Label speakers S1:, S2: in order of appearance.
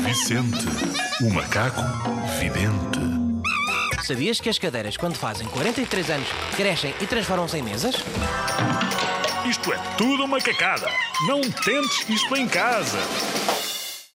S1: Vicente, o macaco vidente.
S2: Sabias que as cadeiras, quando fazem 43 anos, crescem e transformam-se em mesas?
S1: Isto é tudo uma cacada. Não tentes isto em casa.